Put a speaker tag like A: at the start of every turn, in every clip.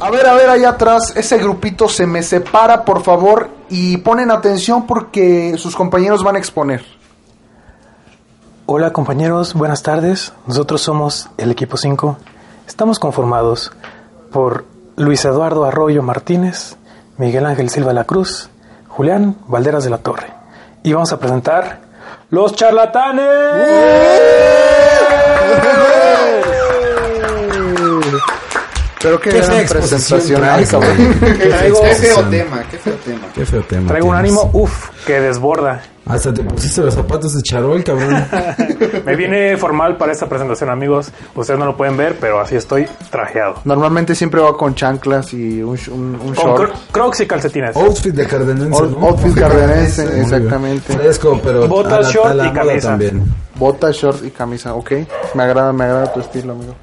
A: A ver, a ver, allá atrás, ese grupito se me separa, por favor, y ponen atención porque sus compañeros van a exponer.
B: Hola compañeros, buenas tardes. Nosotros somos el equipo 5. Estamos conformados por Luis Eduardo Arroyo Martínez, Miguel Ángel Silva La Cruz, Julián Valderas de la Torre. Y vamos a presentar Los Charlatanes.
A: Pero qué,
C: Qué
A: gran
C: fea exposición
A: presentación. Ay,
C: traes,
A: cabrón.
B: Traigo,
D: Qué feo tema, qué feo tema.
C: Qué feo tema.
B: traigo un
C: tienes.
B: ánimo, uff, que desborda.
C: Hasta te pusiste los zapatos de charol, cabrón.
B: Me vine formal para esta presentación, amigos. Ustedes no lo pueden ver, pero así estoy trajeado.
A: Normalmente siempre va con chanclas y un, sh- un- un
B: Con
A: short.
B: cro- crocs y calcetines.
C: Outfit de cardenense,
A: Out-
C: ¿no?
A: Outfit
D: Muy
A: cardenense,
D: bien.
A: exactamente.
C: Fresco, pero
B: Botas,
C: adaptado a
B: short
C: la
B: y
C: moda
B: camisa.
C: también.
A: Bota, short y camisa, ok. Me agrada, me agrada tu estilo, amigo.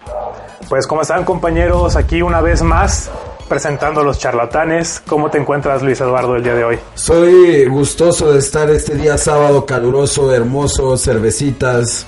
B: Pues como están compañeros, aquí una vez más presentando los charlatanes. ¿Cómo te encuentras Luis Eduardo el día de hoy?
C: Soy gustoso de estar este día sábado caluroso, hermoso, cervecitas,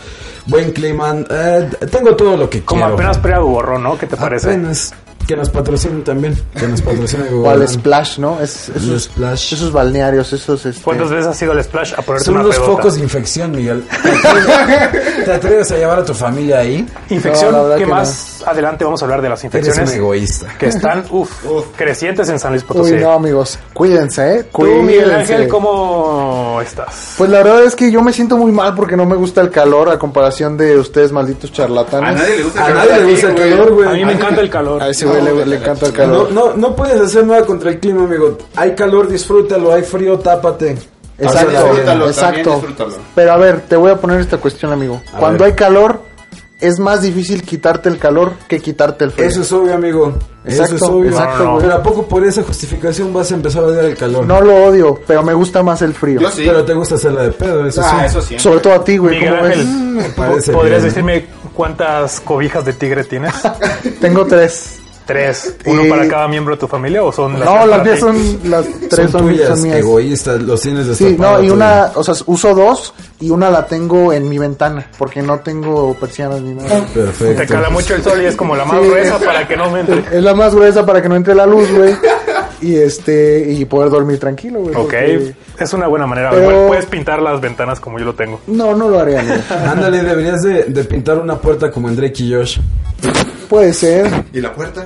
C: buen clima. eh, tengo todo lo que
B: Como
C: quiero.
B: apenas prea borrón, ¿no? ¿Qué
C: Ah,
B: te parece?
C: Apenas. Que nos patrocinen también. Que nos patrocine
A: O
C: Google.
A: al splash, ¿no? Es,
C: Los
A: esos,
C: splash.
A: esos balnearios, esos. este,
B: ¿Cuántas veces has ido al splash a ponerte
C: Son
B: una
C: unos
B: pedota?
C: focos de infección, Miguel. ¿Te atreves- ¿Te atreves a llevar a tu familia ahí?
B: Infección,
A: No, la verdad
B: que
A: que
B: más adelante vamos a hablar de las
C: Eres un
B: infecciones
C: egoísta.
B: que están, uf, crecientes en San Luis Potosí.
A: Uy, no, amigos. Cuídense, ¿eh?
B: Tú,
A: Cuídense.
B: Miguel Ángel, ¿cómo estás?
A: Pues la verdad es que yo me siento muy mal porque no me gusta el calor a comparación de ustedes, malditos
D: A
A: charlatanes.
D: nadie le gusta
C: A
D: Pues el
C: nadie le
D: calor
C: gusta el
D: aquí, güey.
C: calor, güey.
B: A mí me encanta el calor.
A: A ese güey le, le encanta el
C: No,
A: calor.
C: no, no puedes hacer nada contra el clima, amigo. Hay calor, disfrútalo. Hay frío, tápate.
A: Exacto,
C: Pásala bien.
D: Disfrútalo,
A: exacto.
D: también disfrútalo.
A: Pero a ver, te voy a poner esta cuestión, amigo.
C: A
A: Cuando
C: ver.
A: hay calor, es más difícil quitarte el calor que quitarte el frío.
C: Eso es obvio, amigo. eso
A: Exacto,
C: es obvio.
A: exacto,
B: No, no, no.
C: Pero a poco por esa justificación vas a empezar a odiar el calor.
A: No lo odio, pero me gusta más el frío.
D: Yo sí.
C: Pero te gusta hacerla de pedo, eso
D: ah,
C: sí.
D: eso sí.
A: Sobre todo a ti, güey.
B: Miguel
A: ¿cómo ves?
B: Ángel,
C: Me parece
B: ¿podrías
C: bien.
B: decirme cuántas cobijas de tigre tienes?
A: Tengo tres.
B: Tres. ¿Uno
A: Eh,
B: para cada miembro de tu familia o son
A: no,
B: para
A: las mías
B: ti?
A: son las tres
C: son
A: son,
C: tuyas,
A: son mías.
C: egoístas, los tienes de
A: Sí, no, y una, o sea, uso dos y una la tengo en mi ventana porque no tengo persianas ni nada.
C: Perfecto.
B: Te cala mucho el sol y es como la más
A: Sí.
B: gruesa para que no me entre.
A: Es la más gruesa para que no entre la luz, güey. Y este, y poder dormir tranquilo, güey.
B: Ok,
A: porque-
B: es una buena manera.
A: Pero-
B: Igual puedes pintar las ventanas como yo lo tengo.
A: No, no lo haré, amigo.
C: Ándale, deberías de, de pintar una puerta como en Drake y Josh.
A: Puede ser.
D: ¿Y la puerta?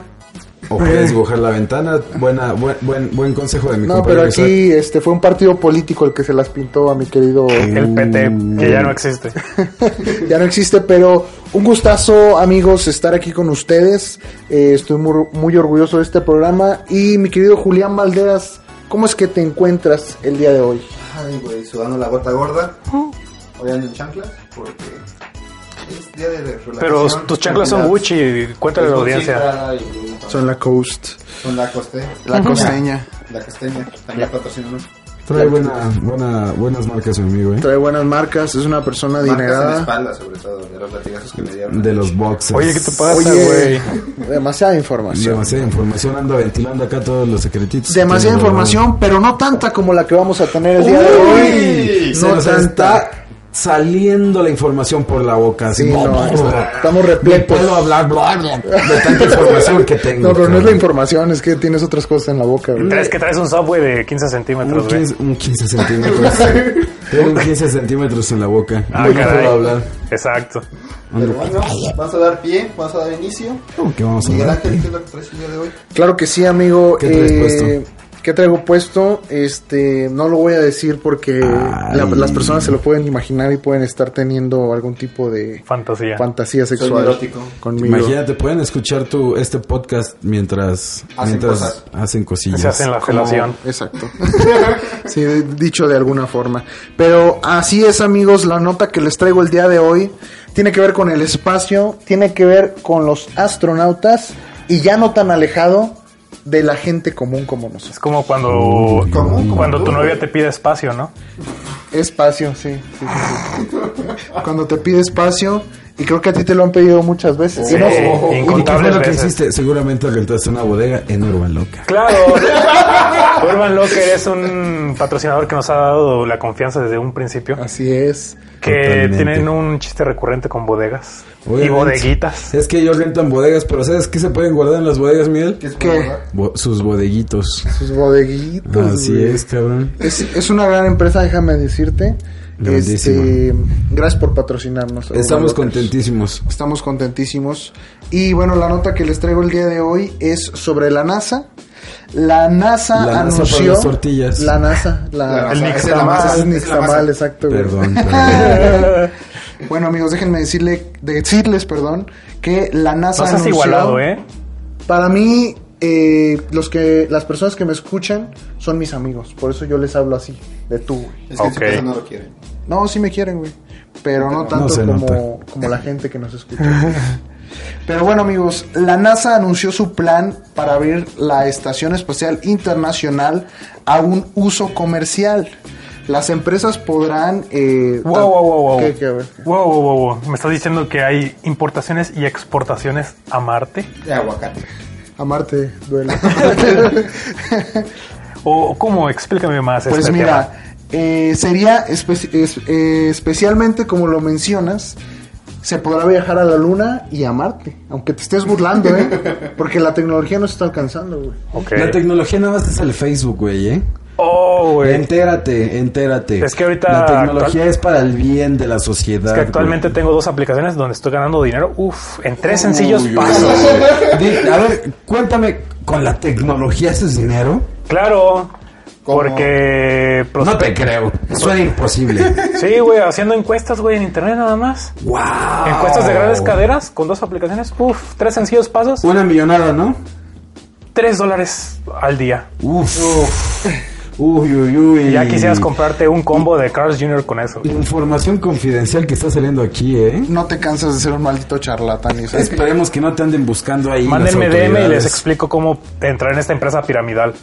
C: O puedes dibujar la ventana. Buena, buen, buen, buen consejo de mi
A: No, pero
C: compañero Isaac.
A: aquí este fue un partido político el que se las pintó a mi querido.
B: El PT, que ya no existe.
A: ya no existe, pero un gustazo, amigos, estar aquí con ustedes. Eh, estoy muy, muy orgulloso de este programa. Y mi querido Julián Valderas, ¿cómo es que te encuentras el día de hoy?
D: Ay, güey, sudando la gota gorda. Hoy ando en chanclas porque es día de relajación.
B: Pero tus chanclas son
D: Gucci.
B: Gucci, cuéntale a la audiencia.
A: Son la Coast,
D: Son la coste,
A: la costeña.
D: la castaña. También patrocinan
C: Trae buena, buena, buenas marcas, mi amigo, ¿eh?
A: Trae buenas marcas, es una persona
D: marcas en la
A: adinerada.
D: espalda, sobre todo, de los latigazos que me dieron.
C: De los boxes.
B: Oye, ¿qué te pasa,
A: Oye,
B: güey?
A: demasiada información.
C: Demasiada información, anda ventilando acá todos los secretitos.
A: Demasiada
C: Pero-
A: información, pero no tanta como la que vamos a tener el día de hoy.
C: Uy, se
A: no
C: nos
A: tanta.
C: está saliendo la información por la boca. así. "Pues,
A: Sí, no, está- estamos
C: Me
A: repletos.
C: puedo hablar bla, bla, de tanta información que tengo.
A: No, pero no es la
C: cabrón.
A: información, es que tienes otras cosas en la boca, güey.
B: Es que traes un subway de 15 centímetros,
C: un
B: güey.
C: 15, un 15 centímetros. Tengo un 15 centímetros en la boca.
B: Ah,
C: no
B: caray.
C: puedo hablar.
B: Exacto.
D: Pero bueno, vamos a dar pie, vamos a dar inicio.
C: ¿Cómo que vamos a
D: Miguel
C: hablar?
D: Ángel, ¿qué es lo que traes el día de hoy?
A: Claro que sí, amigo.
C: ¿Qué traes
A: Eh,
C: puesto?
A: ¿Qué traigo puesto? Este, no lo voy a decir porque
C: Ay.
A: la- las personas se lo pueden imaginar y pueden estar teniendo algún tipo de
B: Fantasía.
A: fantasía sexual
D: erótico.
A: conmigo.
C: Imagínate, pueden escuchar tu, este podcast mientras
D: Hacen
C: mientras
D: cosas.
C: hacen cosillas.
B: Se hacen la
A: Como-
B: felación.
A: Exacto. sí, de- dicho de alguna forma. Pero así es, amigos, la nota que les traigo el día de hoy tiene que ver con el espacio, tiene que ver con los astronautas y ya no tan alejado de la gente común como nosotros.
B: Es como cuando,
D: ¿Cómo?
B: cuando tu novia te pide espacio, ¿no?
A: Espacio, sí. sí, sí, sí. Cuando te pide espacio, y creo que a ti te lo han pedido muchas veces.
B: Sí.
A: Y no-
C: ¿Y qué fue
B: Eh, Incontables
C: lo que
B: veces.
C: hiciste? Seguramente rentaste una bodega en Urban Loca.
B: Claro. Urban Locker es un patrocinador que nos ha dado la confianza desde un principio.
A: Así es.
B: Que
C: Ah, Totalmente.
B: tienen un chiste recurrente con bodegas y
C: Obviamente.
B: bodeguitas.
C: Es que ellos rentan bodegas, pero ¿sabes qué se pueden guardar en las bodegas, Miguel?
D: ¿Qué es
A: ¿Qué?
D: verdad?
C: Bo- sus bodeguitos.
A: Sus bodeguitos.
C: Así
A: güey.
C: es, cabrón.
A: Es, es una gran empresa, déjame decirte.
C: Grandísima.
A: Este, gracias por patrocinarnos.
C: Estamos
A: Urban Lockers.
C: contentísimos.
A: Estamos contentísimos. Y bueno, la nota que les traigo el día de hoy es sobre la NASA. La NASA
C: La NASA para
A: anunció.
C: las tortillas.
A: La NASA. La,
D: La
B: El
D: masa,
B: mix
D: esa es la
B: tamal,
D: masa,
A: es
D: esa es la masa.
A: Nixtamal, exacto. güey.
C: Perdón, perdón.
A: bueno, amigos, déjenme decirle, decirles, perdón, que la NASA
B: No seas
A: anunció-
B: igualado, ¿eh?
A: Para mí, eh, los que, las personas que me escuchan son mis amigos. Por eso yo les hablo así, de tú, güey.
D: Es que
B: Ok.
D: ese pedo no lo quieren.
A: No, sí me quieren, güey. Pero no tanto
C: se
A: como, como la gente que nos escucha. güey. Pero bueno, amigos, la NASA anunció su plan para abrir la Estación Espacial Internacional a un uso comercial. Las empresas podrán... eh,
B: Wow, wow, wow, wow.
A: ¿Qué, qué, güey?
B: Wow, wow, wow, wow. ¿Me estás diciendo que hay importaciones y exportaciones a Marte?
D: De aguacate.
A: Amarte duele.
B: ¿O cómo? Explícame más
A: Pues
B: este
A: mira,
B: tema.
A: eh, sería espe- es- eh, especialmente como lo mencionas, se podrá viajar a la Luna y a Marte, aunque te estés burlando, ¿eh? Porque la tecnología no se está alcanzando, güey.
B: Ok.
C: La tecnología nada más es el Facebook, güey, ¿eh?
B: Oh, güey.
C: Entérate, entérate.
B: Es que ahorita
C: La tecnología
B: actual-
C: es para el bien de la sociedad.
B: Es que actualmente
C: güey.
B: tengo dos aplicaciones donde estoy ganando dinero. Uf, en tres
C: Uy,
B: sencillos
C: uy,
B: pasos.
C: uy. Di- A ver, cuéntame, ¿con la tecnología haces dinero?
B: Claro,
D: ¿Cómo?
B: porque...
C: No te
B: prospect-
C: creo. Suena imposible.
B: Sí, güey, haciendo encuestas, güey, en internet nada más.
C: ¡Wow!
B: Encuestas de grandes caderas con dos aplicaciones. Uf, tres sencillos pasos.
C: Una millonada, ¿no?
B: Tres dólares al día.
C: Uf. Uy, uy, uy.
B: Ya quisieras comprarte un combo de Carl Jr. con eso.
C: Información confidencial que está saliendo aquí, ¿eh?
A: No te cansas de ser un maldito charlatán. y eso.
C: Esperemos que no te anden buscando ahí. las
B: Mándenme DM y les
C: autoridades.
B: explico cómo entrar en esta empresa piramidal.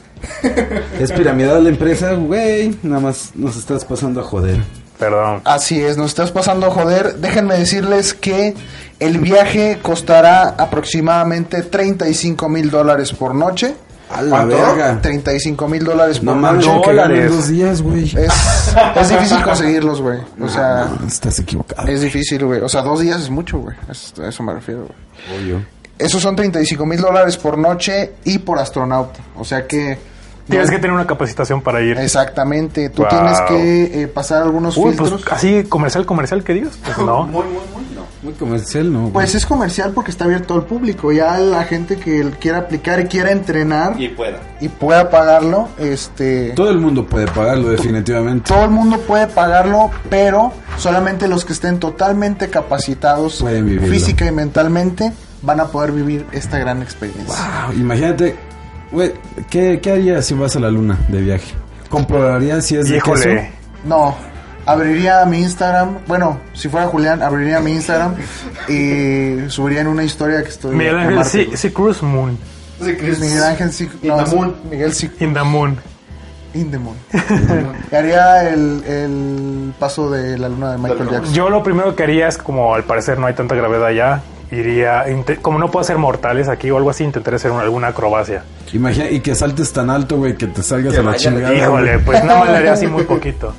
C: Es piramidal la empresa, güey. Nada más nos estás pasando a joder.
B: Perdón.
A: Así es, nos estás pasando a joder. Déjenme decirles que el viaje costará aproximadamente 35 mil dólares por noche.
C: A la verga.
A: 35 mil dólares por
C: No mames,
A: noche.
C: lo que ganan en
B: dólares.
C: dos días, güey.
A: Eh, Es, es difícil conseguirlos, güey. O sea...
C: No, estás equivocado.
A: Es difícil, güey. O sea, dos días es mucho, güey. Es- A eso me refiero, güey.
C: Obvio.
A: Esos son 35 mil dólares por noche y por astronauta. O sea que...
B: Tienes que tener una capacitación para ir.
A: Exactamente. Tú
B: Wow.
A: tienes que eh, pasar algunos
B: Uy, pues
A: filtros. Pues,
B: así comercial, comercial que digas. Pues no.
D: Muy, muy, muy, no.
C: Muy comercial, ¿no? Pues
A: es comercial porque está abierto al público. Ya la gente que quiera aplicar y quiera entrenar
D: Y
A: y,
D: pueda.
A: pueda pagarlo, este...
C: todo el mundo puede pagarlo, definitivamente.
A: Todo el mundo puede pagarlo, pero solamente los que estén totalmente capacitados
C: Pueden vivirlo.
A: física y mentalmente van a poder vivir esta gran experiencia.
C: Wow, Ah, imagínate, güey, ¿qué, ¿qué harías si vas a la luna de viaje? ¿Comprobarías si es de queso?
B: Híjole.
A: No, abriría mi Instagram. Bueno, si fuera Julián, abriría mi Instagram y subiría en una historia que estoy.
B: Miguel
A: en
B: Ángel,
A: Marte,
B: sí,
A: güey.
B: sí, Cruz Moon.
D: Entonces, ¿crees?
A: Miguel Ángel, sí.
D: In
A: no,
D: the moon.
A: es Miguel, sí.
B: In the Moon.
A: In the moon. Y haría el, el paso de la luna de Michael
D: Del
A: Jackson.
B: Yo lo primero que haría es como al parecer no hay tanta gravedad allá. Iría, inte- como no puedo hacer mortales aquí o algo así, intentaré hacer un- alguna acrobacia.
C: Imagina, y que saltes tan alto, güey, que te salgas
D: Que
C: a la
D: vaya la-
C: chingada. Ah,
B: Híjole, pues nada más le haría así muy poquito.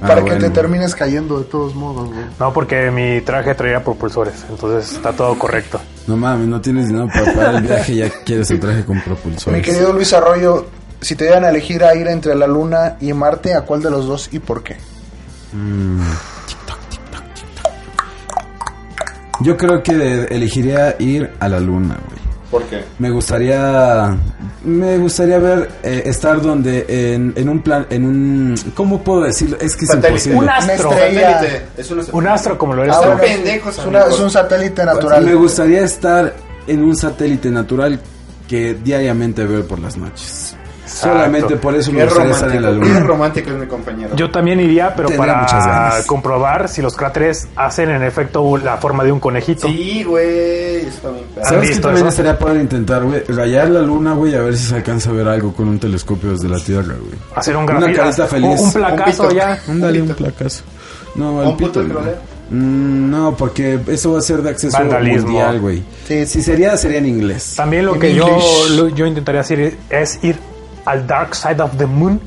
A: Para que te termines cayendo de todos modos, güey.
B: No, porque mi traje traía propulsores, entonces está todo correcto.
C: No mames, no tienes dinero para pagar el viaje y ya quieres el traje con propulsores.
A: Mi querido Luis Arroyo, si te dieran a elegir a ir entre la luna y Marte, ¿a cuál de los dos y por qué?
C: Yo creo que elegiría ir a la luna, güey.
D: ¿Por qué?
C: Me gustaría me gustaría ver eh, estar donde en, en un plan en un ¿cómo puedo decirlo? Es que es
D: Satélite.
C: imposible.
B: Una- Astro.
D: Satélite. Es una
B: Un astro como lo eres
C: Ah,
A: Ahora,
D: Son
B: tú.
D: pendejos,
A: Ah, es, una-
D: amigos.
A: es un
B: Pues
A: satélite
C: Pues, Me
A: natural.
C: gustaría estar en un satélite natural que diariamente veo por las noches.
B: Exacto.
C: Solamente por eso me
D: Es
C: gustaría estar en la
D: romántico. Es
C: luna.
D: romántico es mi compañero.
B: Yo también iría, pero
C: Tendría muchas
B: para
C: ganas.
B: comprobar si los cráteres hacen en efecto la forma de un conejito.
D: Sí, güey. Eso también
B: ¿Han
C: ¿Sabes qué
B: visto
C: también
B: eso?
C: estaría poder intentar, güey? Rayar la luna, güey, a ver si se alcanza a ver algo con un telescopio desde la Tierra, güey.
B: Hacer un
C: Una
B: grafito.
C: carita feliz.
B: Un placazo
D: Un pito.
B: ya.
C: Ándale, un placazo. No,
D: ¿Un
C: al
D: punto
C: pito.
D: que lo
C: güey.
D: lea?
C: Mm, no, porque eso va a ser de acceso
B: Vandalismo.
C: mundial, güey.
A: Sí.
C: Si sería, sería en inglés.
B: También lo
A: En
B: que yo,
A: English.
B: lo- yo intentaría hacer es ir al Dark Side of the Moon,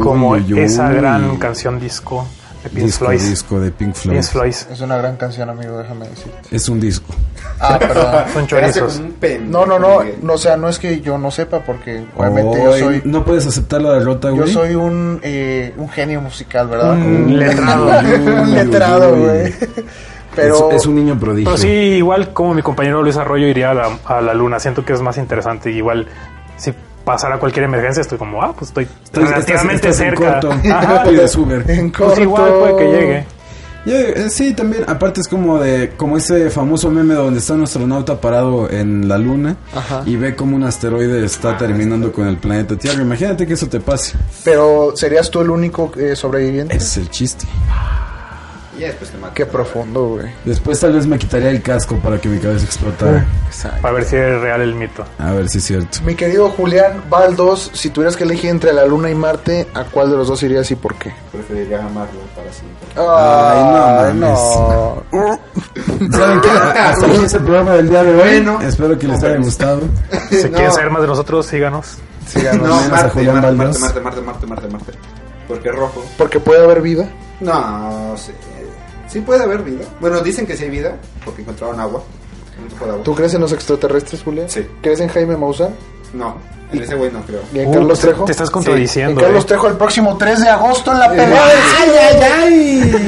B: como
C: Uy, uy.
B: esa gran canción disco de Pink
C: disco,
B: Floyd.
C: disco de Pink Floyd.
B: Pink Floyd.
A: Es una gran canción, amigo, déjame decirte.
C: Es un disco.
D: Ah, perdón.
B: Son chorizos.
D: Como un pendejo,
A: No, no, no,
D: Miguel.
A: no, o sea, no es que yo no sepa, porque obviamente yo
B: Oh,
C: Ay,
A: soy,
C: No puedes aceptar la derrota, güey.
A: yo soy un, eh, un genio musical, ¿verdad?
B: Un letrado.
A: un letrado,
C: Uy, uy, uy.
A: güey. Pero
C: Es, es un niño prodigio.
B: Pero Pues sí, igual como mi compañero Luis Arroyo iría a la, a la luna, siento que es más interesante. Igual si pasara cualquier emergencia, estoy como, ah, pues estoy
C: Estás-
B: relativamente
C: estás- estás
B: cerca.
C: en corto.
B: Ajá.
C: Pides Uber.
A: en corto,
B: Pues igual puede que llegue.
C: Ya, eh, sí, también, aparte es como de como ese famoso meme donde está un astronauta parado en la luna y ve como un asteroide está
B: Ah,
C: terminando con el planeta Tierra. Imagínate que eso te pase.
A: Pero serías tú el único eh, sobreviviente.
C: Ese es el chiste.
D: Y ya después te mata.
A: Qué profundo, güey.
C: Después tal vez me quitaría el casco para que mi cabeza explotara.
A: Exacto.
B: Para ver si es real el mito.
C: A ver si es cierto.
A: Mi querido Julián Baldos, si tuvieras que elegir entre la Luna y Marte, ¿a cuál de los dos irías y por qué?
D: Preferiría amarlo para siempre.
C: Ay,
A: Ay,
C: no
A: no.
C: ¿Saben qué? Hasta aquí es el programa del día de hoy.
D: Bueno.
C: Espero que les haya gustado.
B: Si
A: No.
B: quieren saber más de nosotros, síganos.
A: Síganos.
D: No,
C: menos a
D: Marte,
C: Julián
D: Marte,
C: Valdés.
D: Marte, Marte, Marte, Marte, Marte, Marte. Porque es rojo.
A: Porque puede haber vida.
D: No, sí. Sí puede haber vida. Bueno, dicen que sí hay vida porque encontraron agua. Un tipo de agua.
A: ¿Tú crees en los extraterrestres, Julián?
D: Sí.
A: ¿Crees en Jaime Maussan?
D: No, en ese güey no creo.
A: ¿Y en
B: Uh,
A: Carlos
B: te-
A: Trejo?
B: Te estás
A: en
B: contradiciendo.
A: Carlos
B: eh.
A: Trejo el próximo 3 de agosto en la pelea del
C: ay, ay, ay.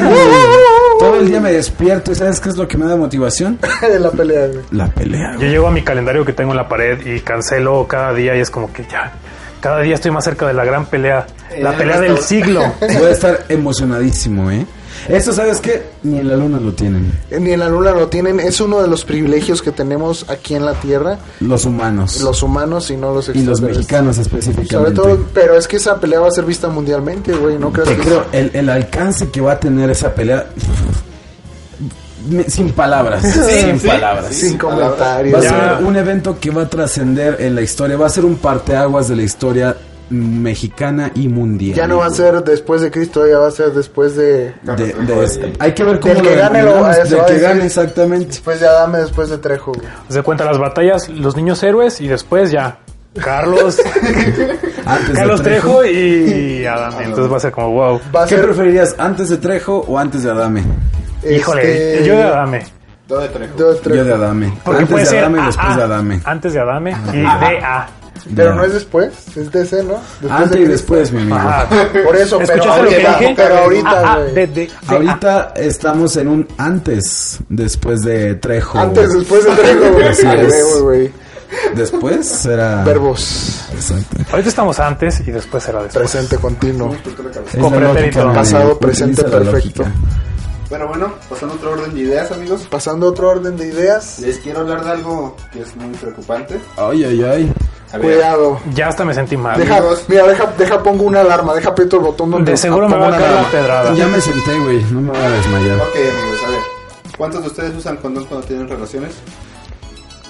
C: Todo el día me despierto y ¿sabes qué es lo que me da motivación?
A: cine de la pelea, güey.
C: La pelea. güey.
B: Yo llego a mi calendario que tengo en la pared y cancelo cada día y es como que ya, cada día estoy más cerca de la gran pelea,
D: Eh,
B: la
D: ya
B: pelea
D: no
B: del
D: está-
B: siglo.
C: Voy a estar emocionadísimo, ¿eh? Esto, ¿sabes qué? Ni en la luna lo tienen.
A: Eh, Ni en la Luna lo tienen. Es uno de los privilegios que tenemos aquí en la Tierra,
C: Los humanos.
A: los humanos y no los
C: y los
A: extraterrestres.
C: mexicanos
A: Sobre
C: específicamente.
A: todo, pero es que esa pelea va a ser vista mundialmente, güey. No creas
C: Te
A: que
C: creo, el, el alcance que va a tener esa pelea. me- sin palabras. sin palabras.
A: sin
D: Sí,
A: comentarios.
C: Va a
B: Ya.
C: ser un evento que va a trascender en la historia. Va a ser un parteaguas de la historia mexicana y mundial.
A: Ya no va a ser después de Cristo, ya va a ser después de.
C: De- de- es- hay que ver cómo
A: Del que
C: lo
A: gane lo-
C: ganamos,
A: eso
C: del
A: va a
C: que
A: decir.
C: gane exactamente.
A: Después de Adame, después de Trejo, güey.
B: Se cuenta las batallas, los niños héroes y después ya. Carlos,
C: Antes de
B: Carlos
C: Trejo.
B: Trejo y Adam. Entonces va a ser como wow.
A: Va a
C: ¿Qué
A: ser.
C: preferirías, antes de Trejo o antes de Adame?
B: Híjole,
A: este,
B: yo de Adame.
D: Todo de Trejo.
A: yo de Trejo.
C: Yo de Adame.
B: Porque
C: antes
B: puede
C: de
B: ser
C: Adame y
B: AA,
C: después de Adame.
B: Antes de Adame y de A.
A: Pero
C: Ya.
A: no es después, es DC, ¿no? Después
C: Antes
A: de
C: y
A: Cristo.
C: después, mi amigo.
B: Ajá.
A: Por eso, pero
B: ¿Escuchaste lo que
A: ahorita,
B: dije?
A: pero
C: Ah,
B: A,
A: ahorita,
B: A, de,
A: güey.
B: de, de A.
C: Ahorita estamos en un antes, después de Trejo.
A: Antes, después de Trejo, güey.
C: Así
A: Ay,
C: es. Ah.
A: güey, güey.
C: Después será.
A: Verbos.
C: Exacto.
B: Ahorita estamos antes y después será después.
A: Presente continuo.
C: Es
B: Con pretérito.
C: la lógica, mi amigo.
A: Pasado, presente,
C: Utiliza la
A: perfecto.
C: lógica.
D: Bueno, bueno, pasando a otro orden de ideas, amigos.
A: Pasando a otro orden de ideas.
D: Les quiero hablar de algo que es muy preocupante.
C: Ay, ay, ay.
D: A ver,
A: Cuidado.
B: Ya hasta me sentí mal.
A: Deja,
D: Amigos.
A: mira, deja, deja, pongo una alarma, deja aprieto el botón donde
B: De seguro me
A: pongo
B: va a
A: una
B: caer la
A: alarma.
B: pedrada.
C: Ya me senté, güey. No me voy a desmayar.
D: Ok, amigos, a ver. ¿Cuántos de ustedes usan condón cuando tienen relaciones?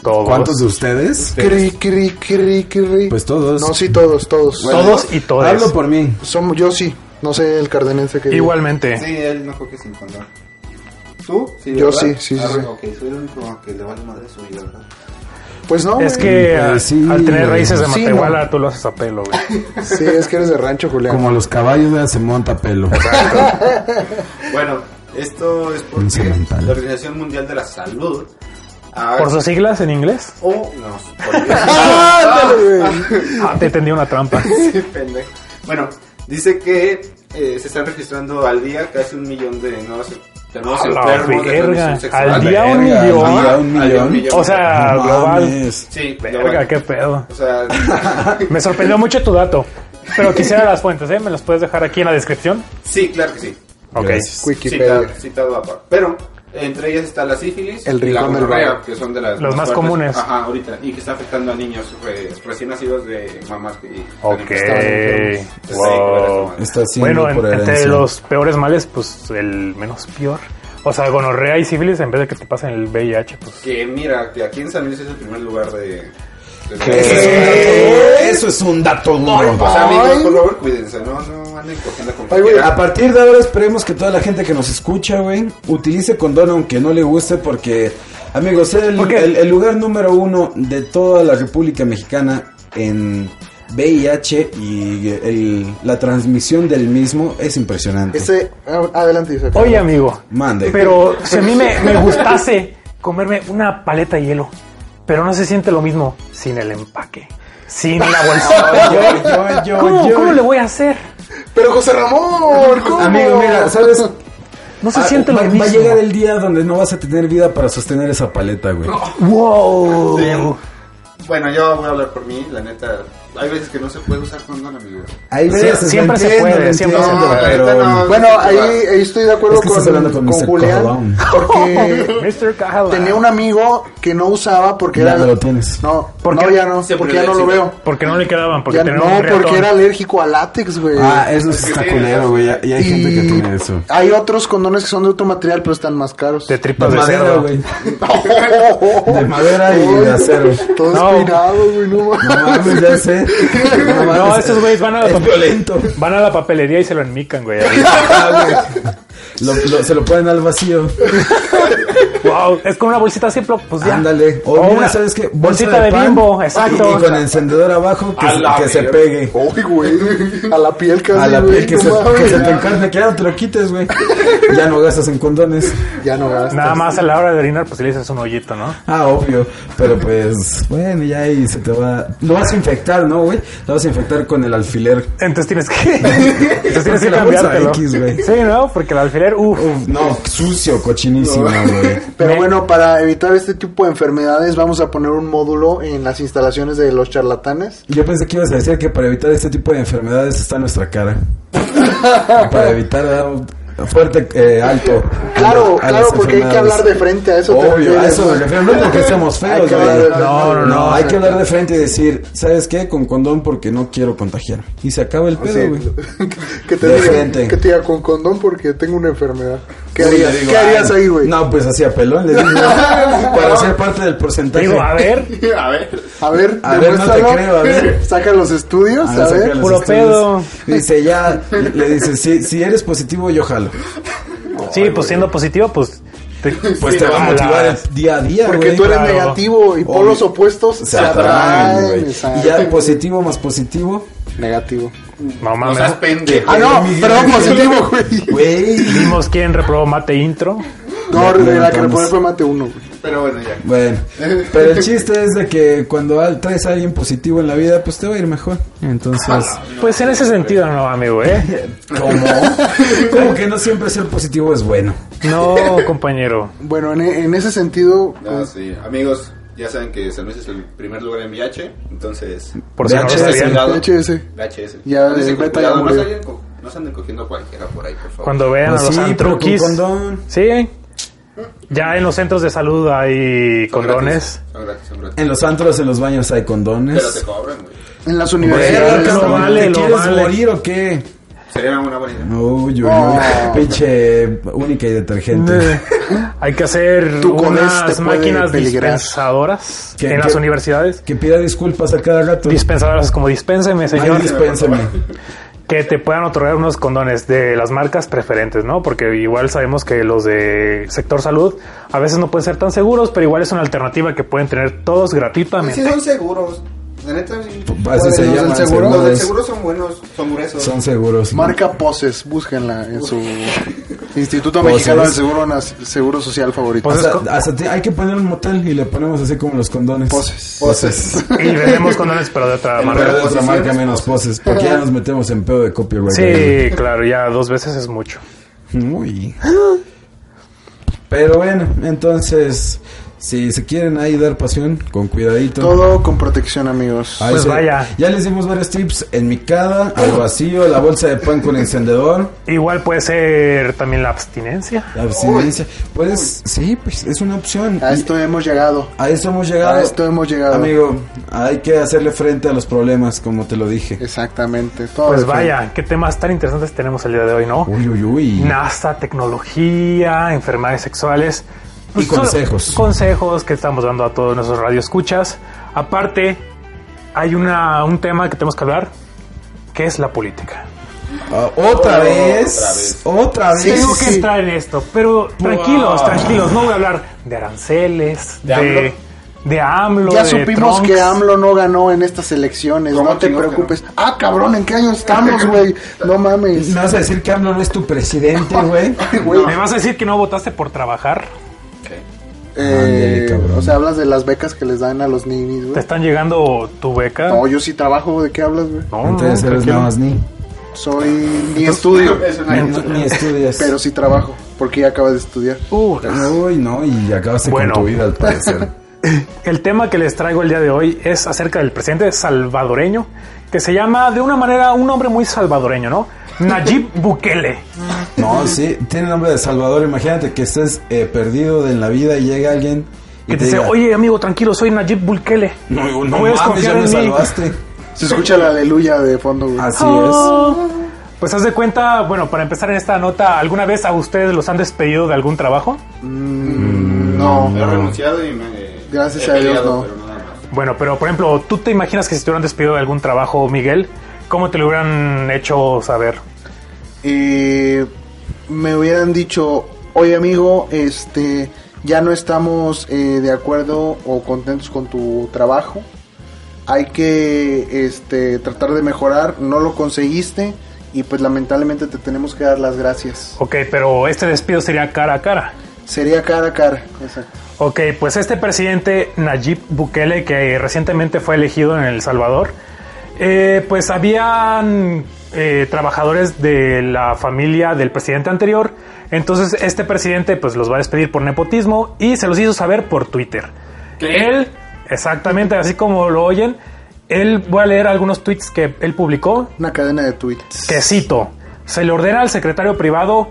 B: Todos.
C: ¿Cuántos de ustedes?
A: Cri, cri, cri, cri.
C: Pues todos.
A: No, sí, todos, todos.
D: Bueno.
B: Todos y todas.
C: Hablo por mí.
A: Som- yo sí, no sé el cardenense que...
B: Igualmente.
D: Sí, él no coge sin condón. ¿Tú? Sí,
A: Yo
D: ¿verdad?
A: sí, sí, sí,
D: Ah,
A: sí.
D: Ok, soy el único que le vale madre de su vida, ¿verdad?
A: Pues no,
B: Es
A: güey.
B: que
C: Pues
B: a-
C: sí,
B: al tener
C: güey.
B: raíces de
A: Sí,
B: Matehuala tú lo haces a pelo, güey.
A: Sí, es que eres de rancho, Julián.
C: Como los caballos ya se monta pelo.
D: Bueno, esto es porque
C: Instrumental.
D: la Organización Mundial de la Salud. ah,
B: Por sus siglas en inglés,
D: Oh, no. por Dios.
A: Ándale, güey.
B: ah, te tendí una trampa.
D: Sí, pendejo. Bueno, dice que eh, se están registrando al día casi un millón de nuevos, de nuevos
B: A la
D: enfermos de
B: Ah, verga.
D: transmisión sexual.
B: Al día un
D: Verga,
B: millón.
D: al día
C: Al día un
B: O sea,
C: No
B: global.
C: mames.
D: sí,
B: Verga, qué pedo.
D: O sea,
B: Me sorprendió mucho tu dato. Pero quisiera las fuentes, ¿eh? ¿Me las puedes dejar aquí en la descripción?
D: sí, claro que sí.
B: Ok.
C: Gracias.
A: Wikipedia.
D: Citado, citado aparte. Pero entre ellas está la sífilis
A: El
D: y la
A: rincón del
D: gonorrea,
A: vago.
D: que son de las
B: Los más
D: fuertes.
B: comunes.
D: Ajá, ahorita. Y que está afectando a niños re- recién nacidos de mamás que están
B: Ok.
D: embarazadas. Entonces, hay que ver esa
B: Wow.
D: madre.
C: Está haciendo
B: Bueno, en-
C: por
B: entre
C: herencia.
B: los peores males, pues el menos peor. O sea, gonorrea y sífilis en vez de que te pasen el VIH, pues...
D: Que mira, que aquí en San Luis es el primer lugar de. de-
C: Eso es un dato- Eh, Eso es un
B: Eh,
C: dato duro.
D: O sea, amigos, por favor, cuídense, no, no anden cogiendo con
A: Ay, güey,
D: cualquiera.
C: A partir de ahora esperemos que toda la gente que nos escucha, güey, utilice condón aunque no le guste porque, amigos, ser el,
B: ¿Por qué?
C: el- el lugar número uno de toda la República Mexicana en VIH y eh, el- la transmisión del mismo es impresionante.
A: Ese, a- adelante, dice.
B: Oye, amigo.
C: Mande.
B: Pero si a mí me, me gustase comerme una paleta de hielo, pero no se siente lo mismo sin el empaque, sin la bolsita.
C: Yo, yo, yo,
B: ¿Cómo,
C: yo.
B: cómo le voy a hacer?
A: Pero José Ramón, ¿cómo?
C: Amigo, mira, ¿sabes?
B: No se
C: Ah,
B: siente lo
C: va,
B: mismo.
C: va a llegar el día donde no vas a tener vida para sostener esa paleta, güey.
B: Wow.
D: Bueno, yo voy a hablar por mí, la neta. Hay veces que no se puede usar condón, amigo.
C: Ahí
B: Sí, siempre se puede, siempre se
D: puede. Ahorita no.
A: Bueno, ahí, ahí estoy de acuerdo
C: Es que estás
A: con,
C: hablando con
A: con
C: Mr.
A: Julián.
C: Cojolón.
A: Porque
B: Mr. Cahala.
A: tenía un amigo que no usaba porque
C: Ya
A: era.
C: no lo tienes.
A: No,
B: ¿Por
A: no,
B: qué?
A: ya no,
D: Siempre
A: porque ya no lo
D: le decía.
A: veo.
B: Porque no le quedaban, porque
A: Ya
B: tenía
A: no,
B: un
A: porque
B: reatón.
A: era alérgico a látex, güey.
C: Ah, eso sí está culero, güey. Y hay gente que
A: Y
C: tiene eso.
A: Hay otros condones que son de otro material, pero están más caros.
B: de tripas de,
C: madera,
B: cerdo.
C: güey. De madera y de acero.
A: Todo
B: No.
A: espinado, güey, no
C: No
A: mames.
C: mames, ya sé. No,
B: No,
C: mames.
B: estos güeyes van a la
C: Es
B: pap-
C: violento.
B: Van a la papelería y se lo enmican, güey.
C: Lo- lo- se lo ponen al vacío.
B: wow, es con una bolsita así, pues ya.
C: Ándale. O, mira,
B: una
C: ¿sabes qué?
B: Bolsita de,
C: pan
B: bimbo,
C: Y,
B: exacto.
C: y con encendedor abajo que,
D: A
C: se-
D: la
C: que se
D: verga.
C: pegue.
A: Uy, güey. A la piel casi,
C: A la
A: güey,
C: piel que
A: no
C: se,
A: mames.
C: que se te encarne, que ya no te lo quites, güey. Ya no gastas en condones.
A: Ya no gastas.
B: Nada más a la hora de orinar, pues le dices un hoyito, ¿no?
C: Ah, obvio. Pero pues, bueno, ya ahí se te va. Lo vas a infectar, ¿no, güey? Lo vas a infectar con el alfiler.
B: Entonces tienes que. Entonces tienes que
C: la bolsa
B: cambiártelo.
C: X, güey.
B: sí, ¿no? Porque el alfiler, uff.
C: Uf, no, sucio, cochinísimo, güey.
A: Pero
B: Me-
A: bueno, para evitar este tipo de enfermedades vamos a poner un módulo en las instalaciones de los charlatanes.
C: Yo pensé que ibas a decir que para evitar este tipo de enfermedades está nuestra cara. para evitar dar un fuerte, eh, alto.
A: Claro,
C: a las
A: claro, porque hay que
C: enfermedades.
A: hablar de frente a eso. te
C: Obvio, a
A: refieres,
C: eso me
A: ¿no?
C: refiero. No porque seamos
A: Hay
C: feos,
A: que hablar
C: güey.
A: de-
B: No, no, no.
C: hay que hablar de frente y decir, ¿sabes qué? Con condón porque no quiero contagiarme. Y se acaba el pedo, güey.
A: que te
C: De
A: diga,
C: frente.
A: que te diga con condón porque tengo una enfermedad. ¿Qué
C: Uy,
A: harías,
C: le digo,
A: ¿Qué harías
C: "Ay,
A: ahí, güey?
C: No, pues hacía pelón, le digo. para ser parte del porcentaje.
B: Digo, a ver,
D: A ver.
A: A ver,
C: A ver, no te
A: demuéstralo.
C: creo, a ver.
A: Saca los estudios, a,
C: A ver,
A: ver.
C: Ah, saca los
B: Puro
C: estudios.
B: pedo.
C: Dice, ya, le dice, si, si eres positivo, yo jalo.
B: sí, pues siendo positivo, pues. te-
C: Pues te va a motivar el día a día,
A: Porque
C: güey.
A: tú eres
B: claro.
A: negativo y
C: Obvio.
A: polos opuestos
C: Se atraen, güey.
A: exacto.
C: Y ya positivo más positivo.
A: Negativo.
B: No
D: No
B: mames.
D: seas pendejo.
A: Ah, no,
C: Miguel.
A: perdón, positivo, güey.
C: Güey.
B: Vimos quién reprobó mate intro.
A: No, de
C: Ya,
A: la que
C: entonces.
A: reprobé fue mate uno, güey.
D: Pero bueno, ya.
C: Bueno, pero el chiste es de que cuando al- traes a alguien positivo en la vida, pues te va a ir mejor. Entonces,
B: Pues en ese sentido, no, amigo, ¿eh?
C: ¿cómo? Como que no siempre ser positivo es bueno.
B: No, compañero.
A: Bueno, en, en ese sentido, pues,
D: Ah, sí. Amigos, ya saben que San Luis es el primer lugar en VIH, entonces...
B: Por si no lo
C: VHS.
B: sabían.
D: Cuidado.
A: VHS.
D: VHS.
A: Ya,
D: Ándese
A: el
D: con
A: beta ya
D: cuidado, no
A: murió.
D: se anden co- No se anden cogiendo a cualquiera por ahí, por favor.
B: Cuando vean
C: Pues
B: a los
C: sí, pero con
B: antruquis.
C: condón.
B: Sí. Ya en los centros de salud hay
D: Son
B: condones.
D: gratis, Son gratis, son gratis.
C: En los antros, en los baños hay
D: Pero te
C: condones.
D: cobran, güey.
A: en las
C: Verga,
A: universidades.
B: Pero
C: cabrón,
B: vale,
C: ¿te
B: lo
C: quieres
B: vale.
C: morir o qué?
D: Sería una buena idea.
C: Uy, uy, uy.
A: No.
C: Pinche única y detergente.
B: Hay que hacer
A: Tú con
B: unas
A: este puede
B: máquinas
A: peligrar.
B: dispensadoras
C: ¿Qué-
B: en
C: qué-
B: las universidades.
C: Que pida disculpas a cada gato.
B: Dispensadoras es como dispénseme,
C: Ay,
B: señor.
C: dispénsame.
B: que te puedan otorgar unos condones de las marcas preferentes, ¿no? Porque igual sabemos que los de sector salud a veces no pueden ser tan seguros, pero igual es una alternativa que pueden tener todos
D: Sí
B: gratuitamente.
D: son seguros. La neta... sí.
C: Así se
A: ¿Los del
C: llaman.
A: seguro?
D: Los del
C: seguros.
D: seguro son buenos, son gruesos.
C: Pues, Son seguros.
A: Marca Poses, búsquenla en su Instituto Mexicano del
C: Poses.
A: Seguro, Nas- Seguro Social favorito.
B: Poses.
C: Hasta- hasta te- hay que poner un motel y le ponemos así como los condones.
A: Poses.
C: Poses.
B: Y vendemos condones, pero de otra
D: En
B: marca.
C: Pero de otra marca menos poses. Porque ya nos metemos en pedo de copia, güey.
B: Sí, claro, ya dos veces es mucho.
C: Uy. Pero bueno, entonces, si se quieren ahí dar pasión, con cuidadito.
A: Todo con protección, amigos.
C: Ahí
B: Pues vaya.
C: Ya les dimos varios tips en mi cada, al vacío, la bolsa de pan con encendedor,
B: Igual puede ser también la abstinencia.
C: la abstinencia. Puedes, sí, pues es una opción.
A: A esto hemos llegado.
C: A esto hemos llegado.
A: A esto hemos llegado.
C: Amigo, hay que hacerle frente a los problemas, como te lo dije.
A: Exactamente. todo
B: Pues
A: de
B: vaya, qué temas tan interesantes tenemos el día de hoy, ¿no?
C: Uy, uy, uy.
B: NASA, tecnología, enfermedades sexuales. Pues
C: Y consejos.
B: Consejos que estamos dando a todos nuestros radioescuchas. Aparte, hay una, un tema que tenemos que hablar, que es la política.
C: Ah, ¿otra,
D: Otra
C: vez?
D: vez.
C: otra vez.
B: Tengo que entrar en esto, pero tranquilos, tranquilos. No voy a hablar de aranceles,
D: ¿De
B: de,
D: AMLO?
B: de, de AMLO.
A: Ya
B: de
A: supimos
B: Trump.
A: que AMLO no ganó en estas elecciones,
D: ¿Cómo
A: no te
D: chingos que
A: preocupes. Ah, cabrón, ¿en qué año estamos, güey? No mames.
C: Me vas a decir que AMLO no es tu presidente, güey.
A: Ay, güey.
B: ¿Me vas a decir que no votaste por trabajar?
A: Eh,
C: Ándale, cabrón.
A: o sea, hablas de las becas que les dan a los ninis,
B: ¿Te
A: güey.
B: están llegando tu beca?
A: No, yo sí trabajo, ¿de qué hablas, güey?
B: No,
C: Entonces
B: no,
C: eres
B: tranquilo.
C: nada más ni.
A: Soy ni estudio,
D: Es una
C: Ni, ni estudias.
A: pero sí trabajo, porque ya acabas de estudiar.
B: Uh,
C: Uy, no, y acabaste
B: Bueno.
C: con tu vida al parecer.
B: el tema que les traigo el día de hoy es acerca del presidente salvadoreño, que se llama de una manera un hombre muy salvadoreño, ¿no? Nayib Bukele.
C: No, sí, tiene nombre de Salvador. Imagínate que estés eh, perdido en la vida y llega alguien y
B: Que te dice,
C: diga,
B: oye amigo, tranquilo, soy Nayib Bukele.
C: no, no,
B: puedes
C: mames, ya
B: confiar
C: me
B: en mí.
C: salvaste.
A: Se escucha la aleluya de fondo, güey.
C: Así
B: Ah. Pues haz de cuenta, bueno, para empezar en esta nota, ¿alguna vez a ustedes los han despedido de algún trabajo?
A: No,
D: He renunciado y me.
A: Gracias
D: he
A: a Dios,
D: peleado,
A: no.
D: pero nada más.
B: Bueno, pero por ejemplo, ¿tú te imaginas que si te hubieran despedido de algún trabajo, Miguel? ¿Cómo te lo hubieran hecho saber?
A: eh, me hubieran dicho, oye amigo, este, ya no estamos eh, de acuerdo o contentos con tu trabajo. Hay que este, tratar de mejorar, no lo conseguiste y pues lamentablemente te tenemos que dar las gracias.
B: Ok, pero este despido sería cara a cara.
A: Sería cara a cara. Exacto.
B: Ok, pues este presidente Nayib Bukele, que recientemente fue elegido en El Salvador, eh, pues habían eh, trabajadores de la familia del presidente anterior, entonces este presidente pues los va a despedir por nepotismo y se los hizo saber por Twitter.
D: ¿Qué?
B: Él, exactamente así como lo oyen, él, voy a leer algunos tweets que él publicó,
A: Una cadena de tweets.
B: que cito, se le ordena al secretario privado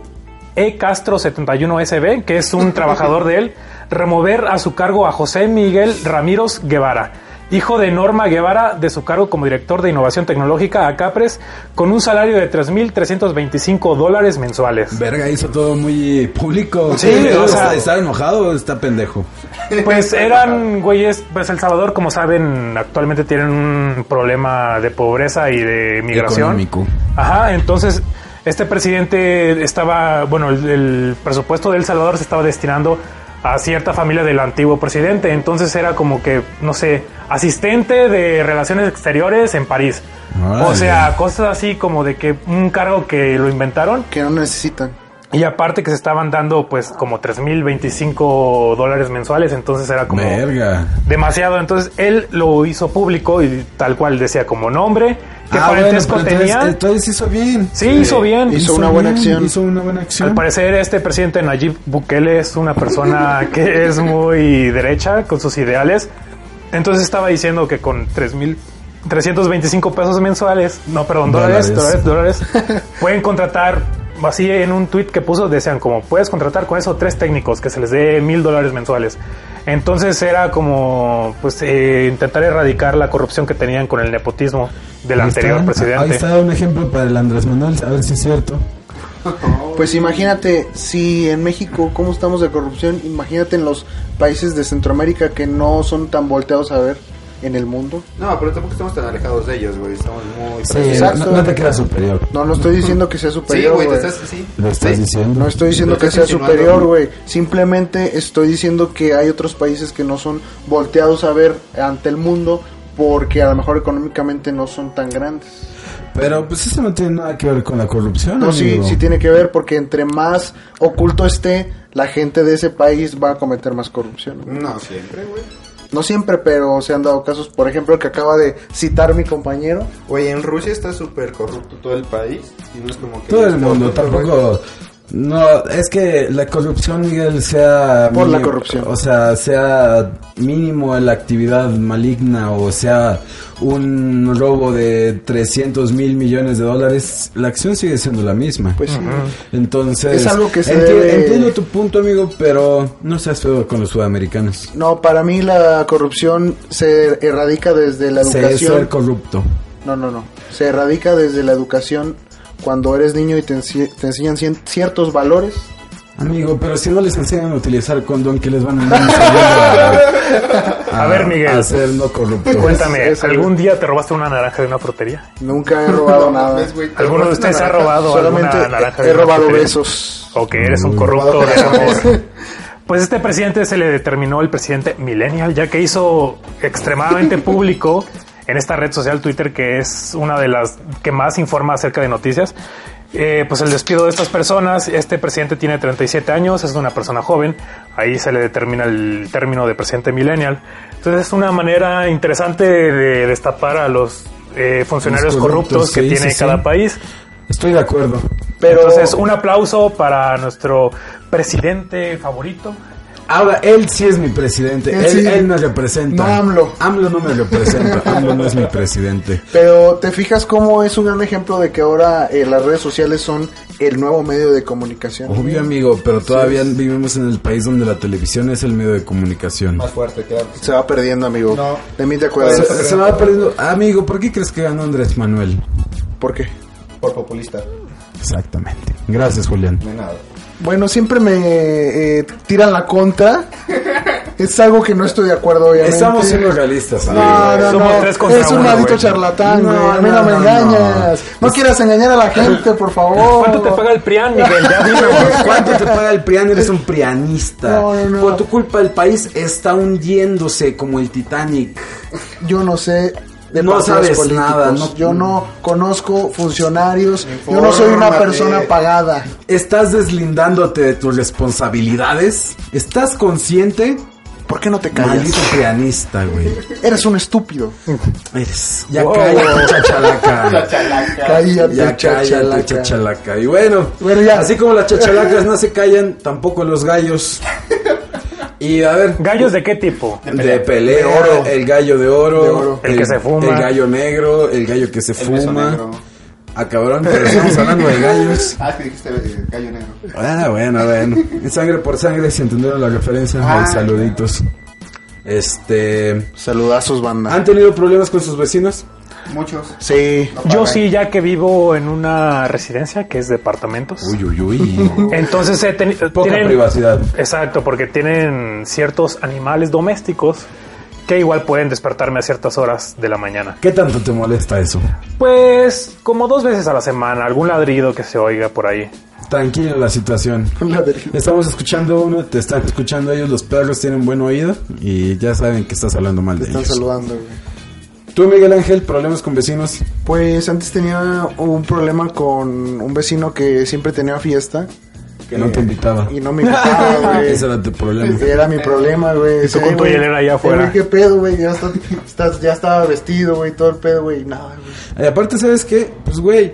B: E. Castro 71SB, que es un trabajador de él, remover a su cargo a José Miguel Ramírez Guevara, hijo de Norma Guevara, de su cargo como director de innovación tecnológica a Capres, con un salario de 3.325 dólares mensuales.
C: es. Verga, hizo todo muy público.
B: Sí, o sea-
C: está, está enojado, está pendejo.
B: Pues eran güeyes, pues El Salvador, como saben, actualmente tienen un problema de pobreza y de migración.
C: Económico.
B: Ajá, entonces este presidente estaba, bueno, el, el presupuesto de El Salvador se estaba destinando a cierta familia del antiguo presidente, entonces era como que, no sé, asistente de relaciones exteriores en París.
C: Órale.
B: O sea, cosas así como de que un cargo que lo inventaron
A: Que no necesitan.
B: y aparte que se estaban dando pues como 3.025 dólares mensuales, entonces era como
C: Verga.
B: demasiado. Entonces él lo hizo público y tal cual decía como nombre, qué
C: Ah, bueno,
B: parentesco
C: pero entonces-
B: tenía.
C: Entonces hizo bien.
B: Sí, hizo bien.
A: Hizo una buena acción.
C: Hizo una buena acción.
B: Al parecer este presidente Nayib Bukele es una persona que es muy derecha con sus ideales. Entonces estaba diciendo que con 3.325 pesos mensuales, no, perdón, dólares,
C: Dólares.
B: dólares, dólares, pueden contratar, así en un tweet que puso, decían como, puedes contratar con eso tres técnicos que se les dé mil dólares mensuales. Entonces era como, pues, eh, intentar erradicar la corrupción que tenían con el nepotismo del
C: Ahí
B: anterior
C: está.
B: presidente.
C: Ahí está un ejemplo para el Andrés Manuel, a ver si es cierto.
A: Pues imagínate, si en México, ¿cómo estamos de corrupción? Imagínate en los países de Centroamérica que no son tan volteados a ver en el mundo.
D: No, pero tampoco estamos tan alejados de ellos, güey. Estamos muy.
C: no,
A: exacto.
C: no te creas superior.
A: No, no estoy diciendo que sea
D: Sí,
A: superior,
D: güey, te
A: güey.
D: estás así.
C: Lo estás diciendo.
A: No estoy diciendo
D: Lo
A: que sea
D: estás insinuando,
A: superior,
D: ¿no?
A: güey. Simplemente estoy diciendo que hay otros países que no son volteados a ver ante el mundo porque a lo mejor económicamente no son tan grandes.
C: Pero pues eso no tiene nada que ver con la corrupción.
A: No, sí,
C: Ah, amigo.
A: sí tiene que ver porque entre más oculto esté, la gente de ese país va a cometer más corrupción. güey.
D: No siempre, güey.
A: No siempre, pero se han dado casos, por ejemplo, el que acaba de citar mi compañero.
D: Güey, en Rusia está súper corrupto todo el país. Y no es como que.
C: Todo el mundo tampoco. No, es que la corrupción, Miguel, sea...
A: Por la corrupción.
C: O sea, sea mínimo la actividad maligna o sea un robo de 300 mil millones de dólares, la acción sigue siendo la misma.
A: Pues sí.
C: Entonces,
A: Es algo que se
C: enti-
A: debe-
C: entiendo tu punto, amigo, pero no seas feo con los sudamericanos.
A: No, para mí la corrupción se erradica desde la
C: Se es ser
A: educación.
C: corrupto.
A: No, no, no. Se erradica desde la educación cuando eres niño y te, ensi- te enseñan cien- ciertos valores.
C: Amigo, pero si no les enseñan a utilizar condón, que les van a andar enseñando
B: A ver, Miguel.
C: A ser no corruptos.
B: Cuéntame,
A: Es- es algo-
B: ¿algún día te robaste una naranja de una frutería?
A: Nunca he robado nada.
B: ¿Alguno de ustedes ha robado
A: Solamente
B: alguna naranja?
A: he
B: de Oh,
A: robado
B: frutería?
A: besos.
B: O que eres un corrupto de amor. Mm. Pues este presidente se le determinó el presidente millennial, ya que hizo extremadamente público en esta red social Twitter, que es una de las que más informa acerca de noticias. Eh, pues el despido de estas personas, este presidente tiene 37 años, es una persona joven, ahí se le determina el término de presidente millennial. Entonces es una manera interesante de destapar a los eh, funcionarios
C: Los
B: corruptos,
C: corruptos,
B: que
C: sí,
B: tiene
C: sí,
B: cada
C: sí.
B: país.
C: Estoy de acuerdo.
A: Pero
B: Entonces un aplauso para nuestro presidente favorito.
C: Ahora, él sí es mi presidente.
A: Él
C: Él,
A: sí.
C: él me representa.
A: No, AMLO.
C: AMLO no me representa. AMLO no es mi presidente.
A: Pero te fijas cómo es un gran ejemplo de que ahora eh, las redes sociales son el nuevo medio de comunicación.
B: Oh.
C: Obvio, amigo, pero todavía vivimos en el país donde la televisión es el medio de comunicación.
D: Más fuerte, claro.
A: Se va perdiendo, amigo.
D: No.
A: De mí te acuerdas.
B: Pues,
C: Se, se va perdiendo. Amigo, ¿por qué crees que ganó Andrés Manuel?
A: ¿Por qué?
D: Por populista.
C: Exactamente. Gracias, Julián.
D: No hay nada.
A: Bueno, siempre me eh, tiran la contra. es algo que no estoy de acuerdo, obviamente.
C: Estamos siendo realistas, amigo.
A: No, no,
B: Somos
A: no.
B: tres contra
A: es un
B: uno,
A: maldito
B: güey.
A: charlatán,
C: No,
A: güey. A mí no,
C: no,
A: me
C: no,
A: engañas. No, quieras engañar a la gente, por favor.
B: ¿Cuánto te paga el PRIAN, Miguel? Ya dime, güey.
C: ¿Cuánto te paga el PRIAN? Eres un prianista.
A: No, no, no.
C: Por tu culpa el país está hundiéndose como el Titanic.
A: Yo no sé. De
C: No
A: partidos
C: sabes
A: políticos.
C: nada, no-
A: Yo no conozco funcionarios. Yo no soy una
D: Infórmate.
A: persona pagada.
C: ¿Estás deslindándote de tus responsabilidades? ¿Estás consciente?
A: ¿Por qué no te
C: Maldito
A: callas?
C: prianista, güey.
A: Eres un estúpido.
C: Eres. Ya
B: Wow.
C: cállate, chachalaca.
A: Cállate,
C: Ya cállate,
A: chachalaca.
C: la chachalaca. Y bueno,
A: Bueno, ya.
C: así como las chachalacas no se callan, tampoco los gallos. Y a ver,
B: ¿Gallos de qué tipo?
C: De pelea, oro. el gallo de oro,
A: De oro.
B: El que se fuma.
C: el gallo negro, el gallo que se
D: El beso
C: fuma.
D: negro.
C: Ah, cabrón, pero estamos hablando de gallos.
D: Ah, es que dijiste eh, gallo negro.
C: Ah, bueno, bueno. En Sangre por sangre, si entendieron la referencia,
D: Ah,
C: ay, saluditos. Este.
A: Saludazos, banda.
C: ¿Han tenido problemas con sus vecinos?
D: Muchos.
A: Sí.
D: No
B: Yo
D: pagan.
B: sí, ya que vivo en una residencia que es departamentos.
C: uy, uy.
B: Entonces he teni-
C: Poca
B: tienen-
C: privacidad.
B: Exacto, porque tienen ciertos animales domésticos que igual pueden despertarme a ciertas horas de la mañana.
C: ¿Qué tanto te molesta eso?
B: Pues como dos veces a la semana, algún ladrido que se oiga por ahí.
C: Tranquilo la situación.
A: La del-
C: Estamos escuchando uno, te están escuchando ellos, los perros tienen buen oído y ya saben que estás hablando mal de
A: Están
C: ellos.
A: saludando, güey.
C: Tú, Miguel Ángel, problemas con vecinos.
A: Pues antes tenía un problema con un vecino que siempre tenía fiesta
C: Que no te invitaba.
A: y no me invitaba, güey.
C: Ese era tu problema.
A: Ese era mi problema, güey.
B: Y
A: Sí,
B: tú con tu
A: güey.
B: hielera allá
A: Eh,
B: afuera.
A: güey, ¿Qué pedo, güey? Ya, está- estás- ya estaba vestido, güey, todo el pedo, güey. y Nada, güey.
C: Y aparte, ¿sabes qué? Pues, güey,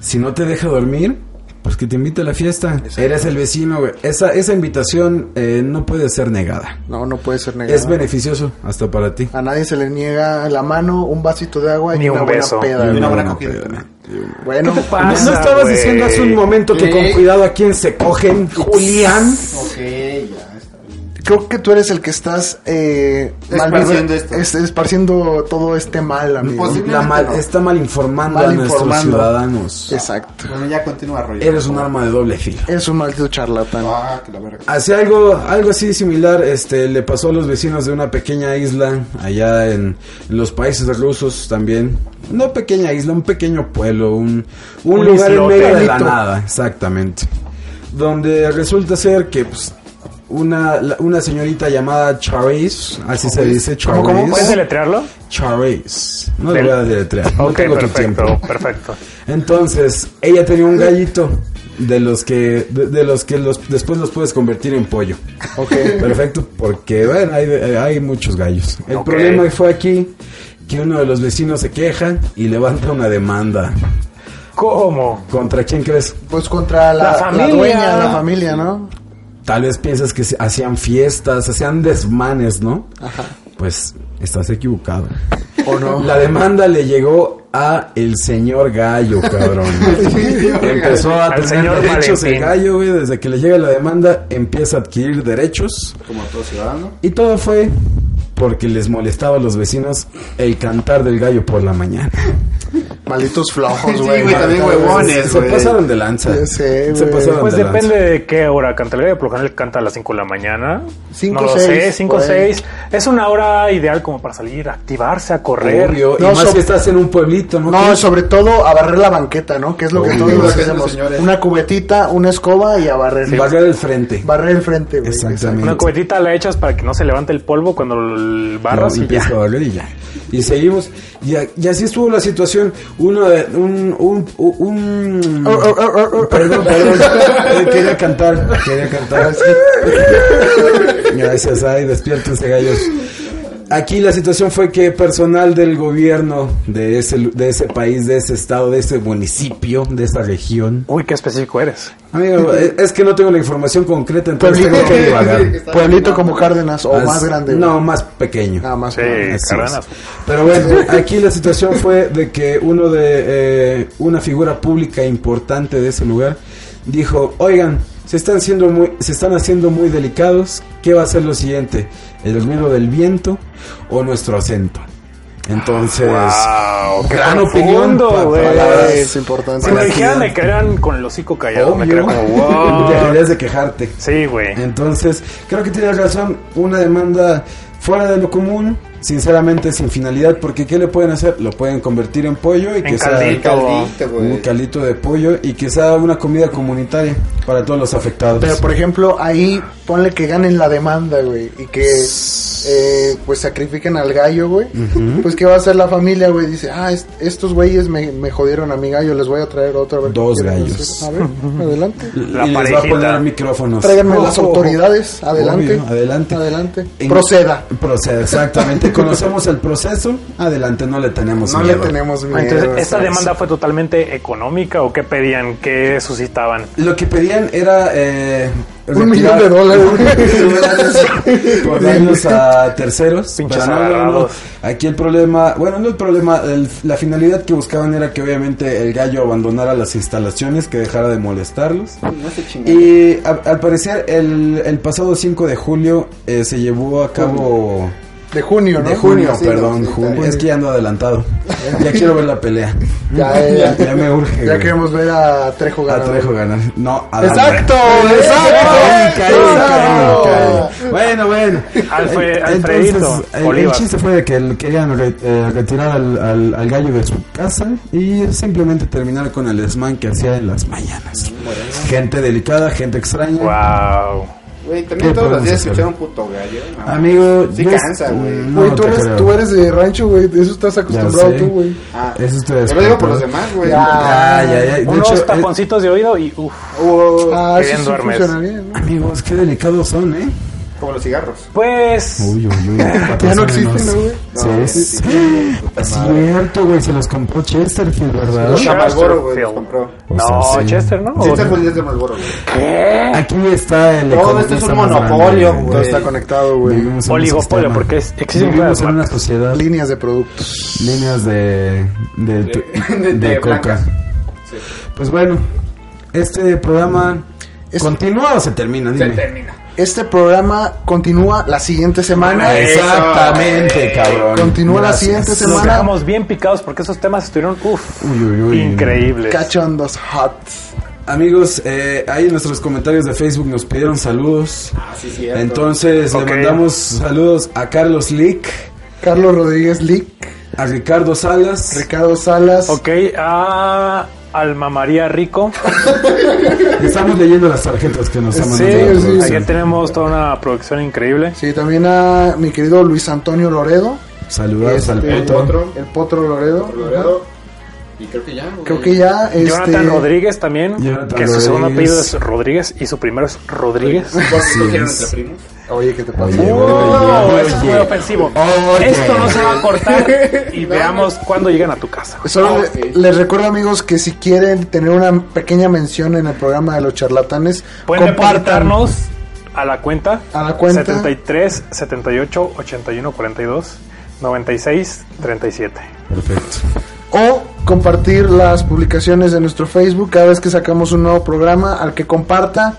C: si no te deja dormir, pues que te invite a la fiesta. Eres el vecino, güey. Esa, esa invitación eh, no puede ser negada.
A: No, no puede ser negado.
C: Es beneficioso hasta para ti.
A: A nadie se le niega la mano, un vasito de agua y
B: Ni
A: una
B: un
A: buena
B: beso.
A: peda,
C: Y
A: güey.
D: una buena
C: buena
D: acogida.
C: peda.
A: Bueno,
B: ¿Qué te pasa?
C: ¿No
B: Anda,
C: estabas
B: güey.
C: diciendo hace un momento que
D: Sí.
C: con cuidado a quien se cogen, Julián?
D: Ok, ya está bien.
A: creo que tú eres el que estás eh, mal
D: Esparciendo
A: vibra-
D: esto.
A: es- esparciendo todo este mal, amigo.
D: Pues sí.
C: La mal- está mal informando
A: Mal
C: a nuestros
A: informando.
C: ciudadanos.
A: Exacto.
D: Bueno, ya continúa, Roger.
C: Eres un arma de doble filo.
A: Es un maldito charlatán.
D: Ah, que la verga.
C: Hacia algo, algo así similar, este, le pasó a los vecinos de una pequeña isla allá en, en los países rusos también. No pequeña isla, un pequeño pueblo, un, un
B: Un
C: lugar en
B: islote.
C: medio de la
B: Pueblito.
C: nada, exactamente. Donde resulta ser que pues, una, la- una señorita llamada Charisse, así se dice,
A: ¿Cómo, cómo?
B: ¿Puedes
C: Charisse.
B: deletrearlo?
C: Charisse. No le
B: Del-
C: voy a deletrear, no
B: ok,
C: tengo tu
B: perfecto,
C: tiempo.
B: perfecto.
C: Entonces, ella tenía un gallito de los que de, de los que los después los puedes convertir en pollo.
A: Ok.
C: Perfecto, porque bueno, hay, de- hay muchos gallos. El
B: Ok.
C: problema fue aquí que uno de los vecinos se queja y levanta una demanda.
B: ¿Cómo?
C: ¿Contra quién crees?
A: Pues contra la,
B: La
A: la
B: familia.
A: dueña, la familia, ¿no?
C: Tal vez piensas que se- hacían fiestas, hacían desmanes, ¿no? Pues estás equivocado.
A: ¿O no?
C: La demanda le llegó a el señor gallo, cabrón. Empezó a
B: Al
C: tener
B: señor
C: derechos el
B: Valentín.
C: gallo, güey. Desde que le llega la demanda, empieza a adquirir derechos.
D: Como todo ciudadano.
C: Y todo fue porque les molestaba a los vecinos el cantar del gallo por la mañana.
A: Malditos flojos,
D: Sí,
A: güey.
D: güey, también
A: Malditos-
D: huevones,
C: Se
D: güey.
C: pasaron de lanza.
A: Ya sé,
C: Se
A: güey.
C: pasaron
B: Pues
C: de lanza.
B: depende de qué hora canta el gallo. Por lo general canta a las 5 de la mañana.
A: Cinco,
B: no lo sé,
A: seis,
B: 5 o
A: por ahí.
B: 6. Es una hora ideal como para salir, activarse, a correr.
C: Obvio, y
A: No,
C: más
A: so-
C: que estás en un pueblito, ¿no?
A: No, sobre todo a barrer la banqueta, ¿no? Que es lo que
C: Uy,
A: todos
C: lo
A: nos
D: que hacen los
A: hacemos.
D: señores.
A: Una cubetita, una escoba y a barrer.
C: Barrer el frente.
A: Barrer el frente, güey.
C: Exactamente.
B: Una cubetita la echas para que no se levante el polvo cuando lo barras
C: No,
B: y ya.
C: empieza a doler y ya. Y seguimos. Y, a- y así estuvo la situación. Uno de. Un. un, un-
A: Oh, oh, oh, oh, oh.
C: Perdón, perdón. Eh, quería cantar. Quería cantar. Gracias, ay, despiértense, gallos. Aquí la situación fue que personal del gobierno de ese, lu- de ese país, de ese estado, de ese municipio, de esa región.
B: Uy, qué específico eres.
C: Amigo, eh, es que no tengo la información concreta, entonces
A: Pueblito,
C: tengo que divagar.
A: pueblito como Cárdenas o
C: As-
A: más grande. güey.
C: No, más pequeño.
A: Ah, más
B: Sí,
A: grande.
C: Así
B: Cárdenas.
C: es. Pero bueno, aquí la situación fue de que uno de eh, una figura pública importante de ese lugar dijo, oigan, se están siendo muy, se están haciendo muy delicados, ¿qué va a ser lo siguiente? ¿El ruido del viento o nuestro acento? Entonces,
B: Ah, Wow, qué
C: Pues, gran opinión.
B: profundo,
C: pa-
B: güey.
C: palabras.
A: Es importante.
B: Si me
C: Palabras.
B: dijeran, me quedarían con el hocico callado. Me
C: Obvio.
B: quedaría como, wow.
C: Dejarías de quejarte.
B: Sí, güey.
C: Entonces, creo que tienes razón, una demanda fuera de lo común, sinceramente sin finalidad, porque ¿qué le pueden hacer? Lo pueden convertir en pollo y
B: En
C: que
B: caldito.
C: sea
D: Caldito, güey.
C: un caldito de pollo y que sea una comida comunitaria para todos los afectados.
A: Pero por ejemplo, ahí ponle que ganen la demanda, güey, y que eh, pues sacrifiquen al gallo, güey. Pues que va a hacer la familia, güey, dice, "Ah, est- estos güeyes me, me jodieron a mi gallo, les voy a traer otro a ver qué
C: Dos
A: quieren
C: gallos.
A: hacer". A ver, adelante.
C: y
B: La
C: les va a
B: parejita.
C: poner micrófonos.
A: Tráiganme las
C: Ojo, ojo.
A: autoridades, adelante.
C: Obvio, adelante.
A: Adelante.
C: En-
A: Proceda.
C: Proceda, exactamente. Conocemos el proceso. Adelante, no le tenemos
A: No le
C: miedo.
A: tenemos miedo.
B: Ah, Entonces, ¿esta
A: ¿sabes?
B: demanda fue totalmente económica o qué pedían? ¿Qué suscitaban?
C: Lo que pedían era... eh,
A: Un millón
C: retirar-
A: de dólares.
C: por daños a terceros.
B: Pinches
C: Pero no, no, no.
B: agarrados.
C: Aquí el problema, bueno, no el problema, el- la finalidad que buscaban era que obviamente el gallo abandonara las instalaciones, que dejara de molestarlos.
D: No se chingó.
C: Y a- al parecer el, el pasado 5 de julio eh, se llevó a cabo...
A: de junio, ¿no?
C: De junio,
D: Junio, sí,
C: perdón,
D: no, sí,
C: junio.
D: junio.
C: Es que ya ando adelantado. Ya quiero ver la pelea.
A: Ya,
C: Ya,
A: ya,
C: ya me urge.
A: ya
C: güey.
A: queremos ver a Trejo
C: A
A: ganar.
C: Trejo Ah, ganar. No, a Dante.
A: Exacto,
C: Ay,
A: exacto.
C: caí, caí, caí. Bueno, bueno.
B: Alfre-
C: Eh,
B: Alfredito,
C: entonces, el- el,
B: Bolívar.
C: chiste fue de que el- querían re- eh, retirar al, al- al gallo de su casa y simplemente terminar con el desmán que hacía en las mañanas. Gente delicada, gente extraña.
B: Wow.
D: Güey,
C: ¿Qué
D: también todos los
C: podemos
D: días
C: hacer?
D: escuchar un puto gallo. no.
C: Amigo,
D: Sí
C: yo-
D: cansa, güey.
C: no
A: Güey, tú,
C: te
A: eres,
C: creo.
A: tú eres de rancho, güey. de Eso estás acostumbrado
C: sé.
A: tú, güey.
D: Ah,
C: Eso es tu
D: Yo lo digo por los demás, güey.
C: Ya, ya, ya. De
B: Unos
C: hecho, eh,
B: taponcitos de oído y uff.
A: Ah, eso
B: Qué bien
A: sí
B: duermes.
A: funciona bien, ¿no?
C: amigos, qué delicados son, ¿eh?
D: Como los cigarros.
B: Pues.
C: Uy, uy, uy.
A: Ya no existen, ¿no, güey?
C: Sí, sí,
D: No, sí,
C: sí. Cierto, güey, se los compró Chesterfield, ¿verdad?
D: Los de Marlboro, güey,
B: Chesterfield.
D: los compró.
B: No,
C: O sea, sí.
B: Chester, ¿no?
D: Sí,
B: ¿O
D: está
B: no?
D: con de Marlboro, güey.
C: Aquí está el.
D: Todo
C: economista
D: esto es un
C: más grande,
D: monopolio, güey.
B: Eh,
A: Todo está conectado, güey.
C: Vivimos en un
B: Oligopolio,
C: sistema.
B: porque es- existen
C: Vivimos
B: varias
C: en una
B: marcas.
C: sociedad.
A: Líneas de productos.
C: Líneas de. de, de,
D: de- de
C: coca.
D: blancas.
C: Pues bueno, este programa.
A: Es-
C: ¿Continúa o se termina? Dime.
A: Este programa continúa la siguiente semana.
B: Ah,
C: Exactamente, cabrón.
A: Continúa la
C: Gracias.
A: siguiente
B: Nos
A: semana.
B: quedamos bien picados porque esos temas estuvieron uff.
C: Uy, uy, uy.
B: Increíbles.
A: Cachondos hot.
C: Amigos, eh, ahí en nuestros comentarios de Facebook nos pidieron saludos.
D: Ah, sí, cierto.
C: Entonces
B: Ok.
C: le mandamos saludos a Carlos Lick,
A: Carlos Rodríguez Lick,
C: a Ricardo Salas,
A: Ricardo Salas.
B: Ok, a Alma María Rico.
C: Estamos leyendo las tarjetas que nos ha
A: Sí,
C: mandado. la
A: sí,
C: producción.
B: Ayer tenemos toda una producción increíble.
A: Sí, también a mi querido Luis Antonio Loredo.
C: Saludos al
A: Este,
C: Potro.
D: Potro.
A: El Potro Loredo.
D: Colorado. Y creo que ya. güey.
A: Creo que ya. Este,
B: Jonathan Rodríguez también,
C: Jonathan
B: que su segundo
C: Rodríguez.
B: apellido es Rodríguez y su primero es Rodríguez.
D: ¿Por qué
C: Sí,
D: cogieron
C: es-
D: entre primos?
A: Oye, ¿qué te pasa?
C: Oye,
B: Oh,
C: oye,
B: eso es muy
C: oye.
B: ofensivo.
C: Oye.
B: Esto no se va a cortar y veamos cuándo llegan a tu casa.
A: Pues Solo
D: Ah,
A: le-
B: eh,
D: ok.
A: les recuerdo amigos que si quieren tener una pequeña mención en el programa de los charlatanes,
B: Pueden
A: compartan.
B: depositarnos a la cuenta
A: A la cuenta.
B: 73 78 81 42 96 37.
C: Perfecto.
A: o compartir las publicaciones de nuestro Facebook cada vez que sacamos un nuevo programa al que comparta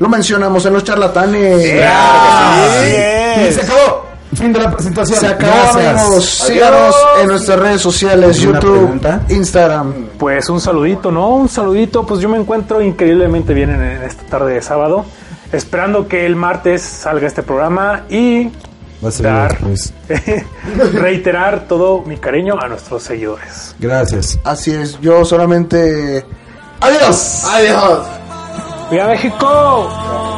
A: lo mencionamos en los charlatanes.
B: Ah, ¡Claro que sí!
C: Y se acabó. Fin de la presentación.
A: Se acabamos.
C: Gracias.
A: Síganos en nuestras redes sociales,
C: ¿Alguna
A: YouTube,
C: pregunta?
A: Instagram.
B: Pues un saludito, ¿no? Un saludito, pues yo me encuentro increíblemente bien en, en esta tarde de sábado, esperando que el martes salga este programa y
C: Va a ser
B: Dar.
C: después.
B: reiterar todo mi cariño a nuestros seguidores.
C: Gracias.
A: Así es, yo solamente... Adiós.
D: Adiós.
B: ¡Viva México!
D: Adiós.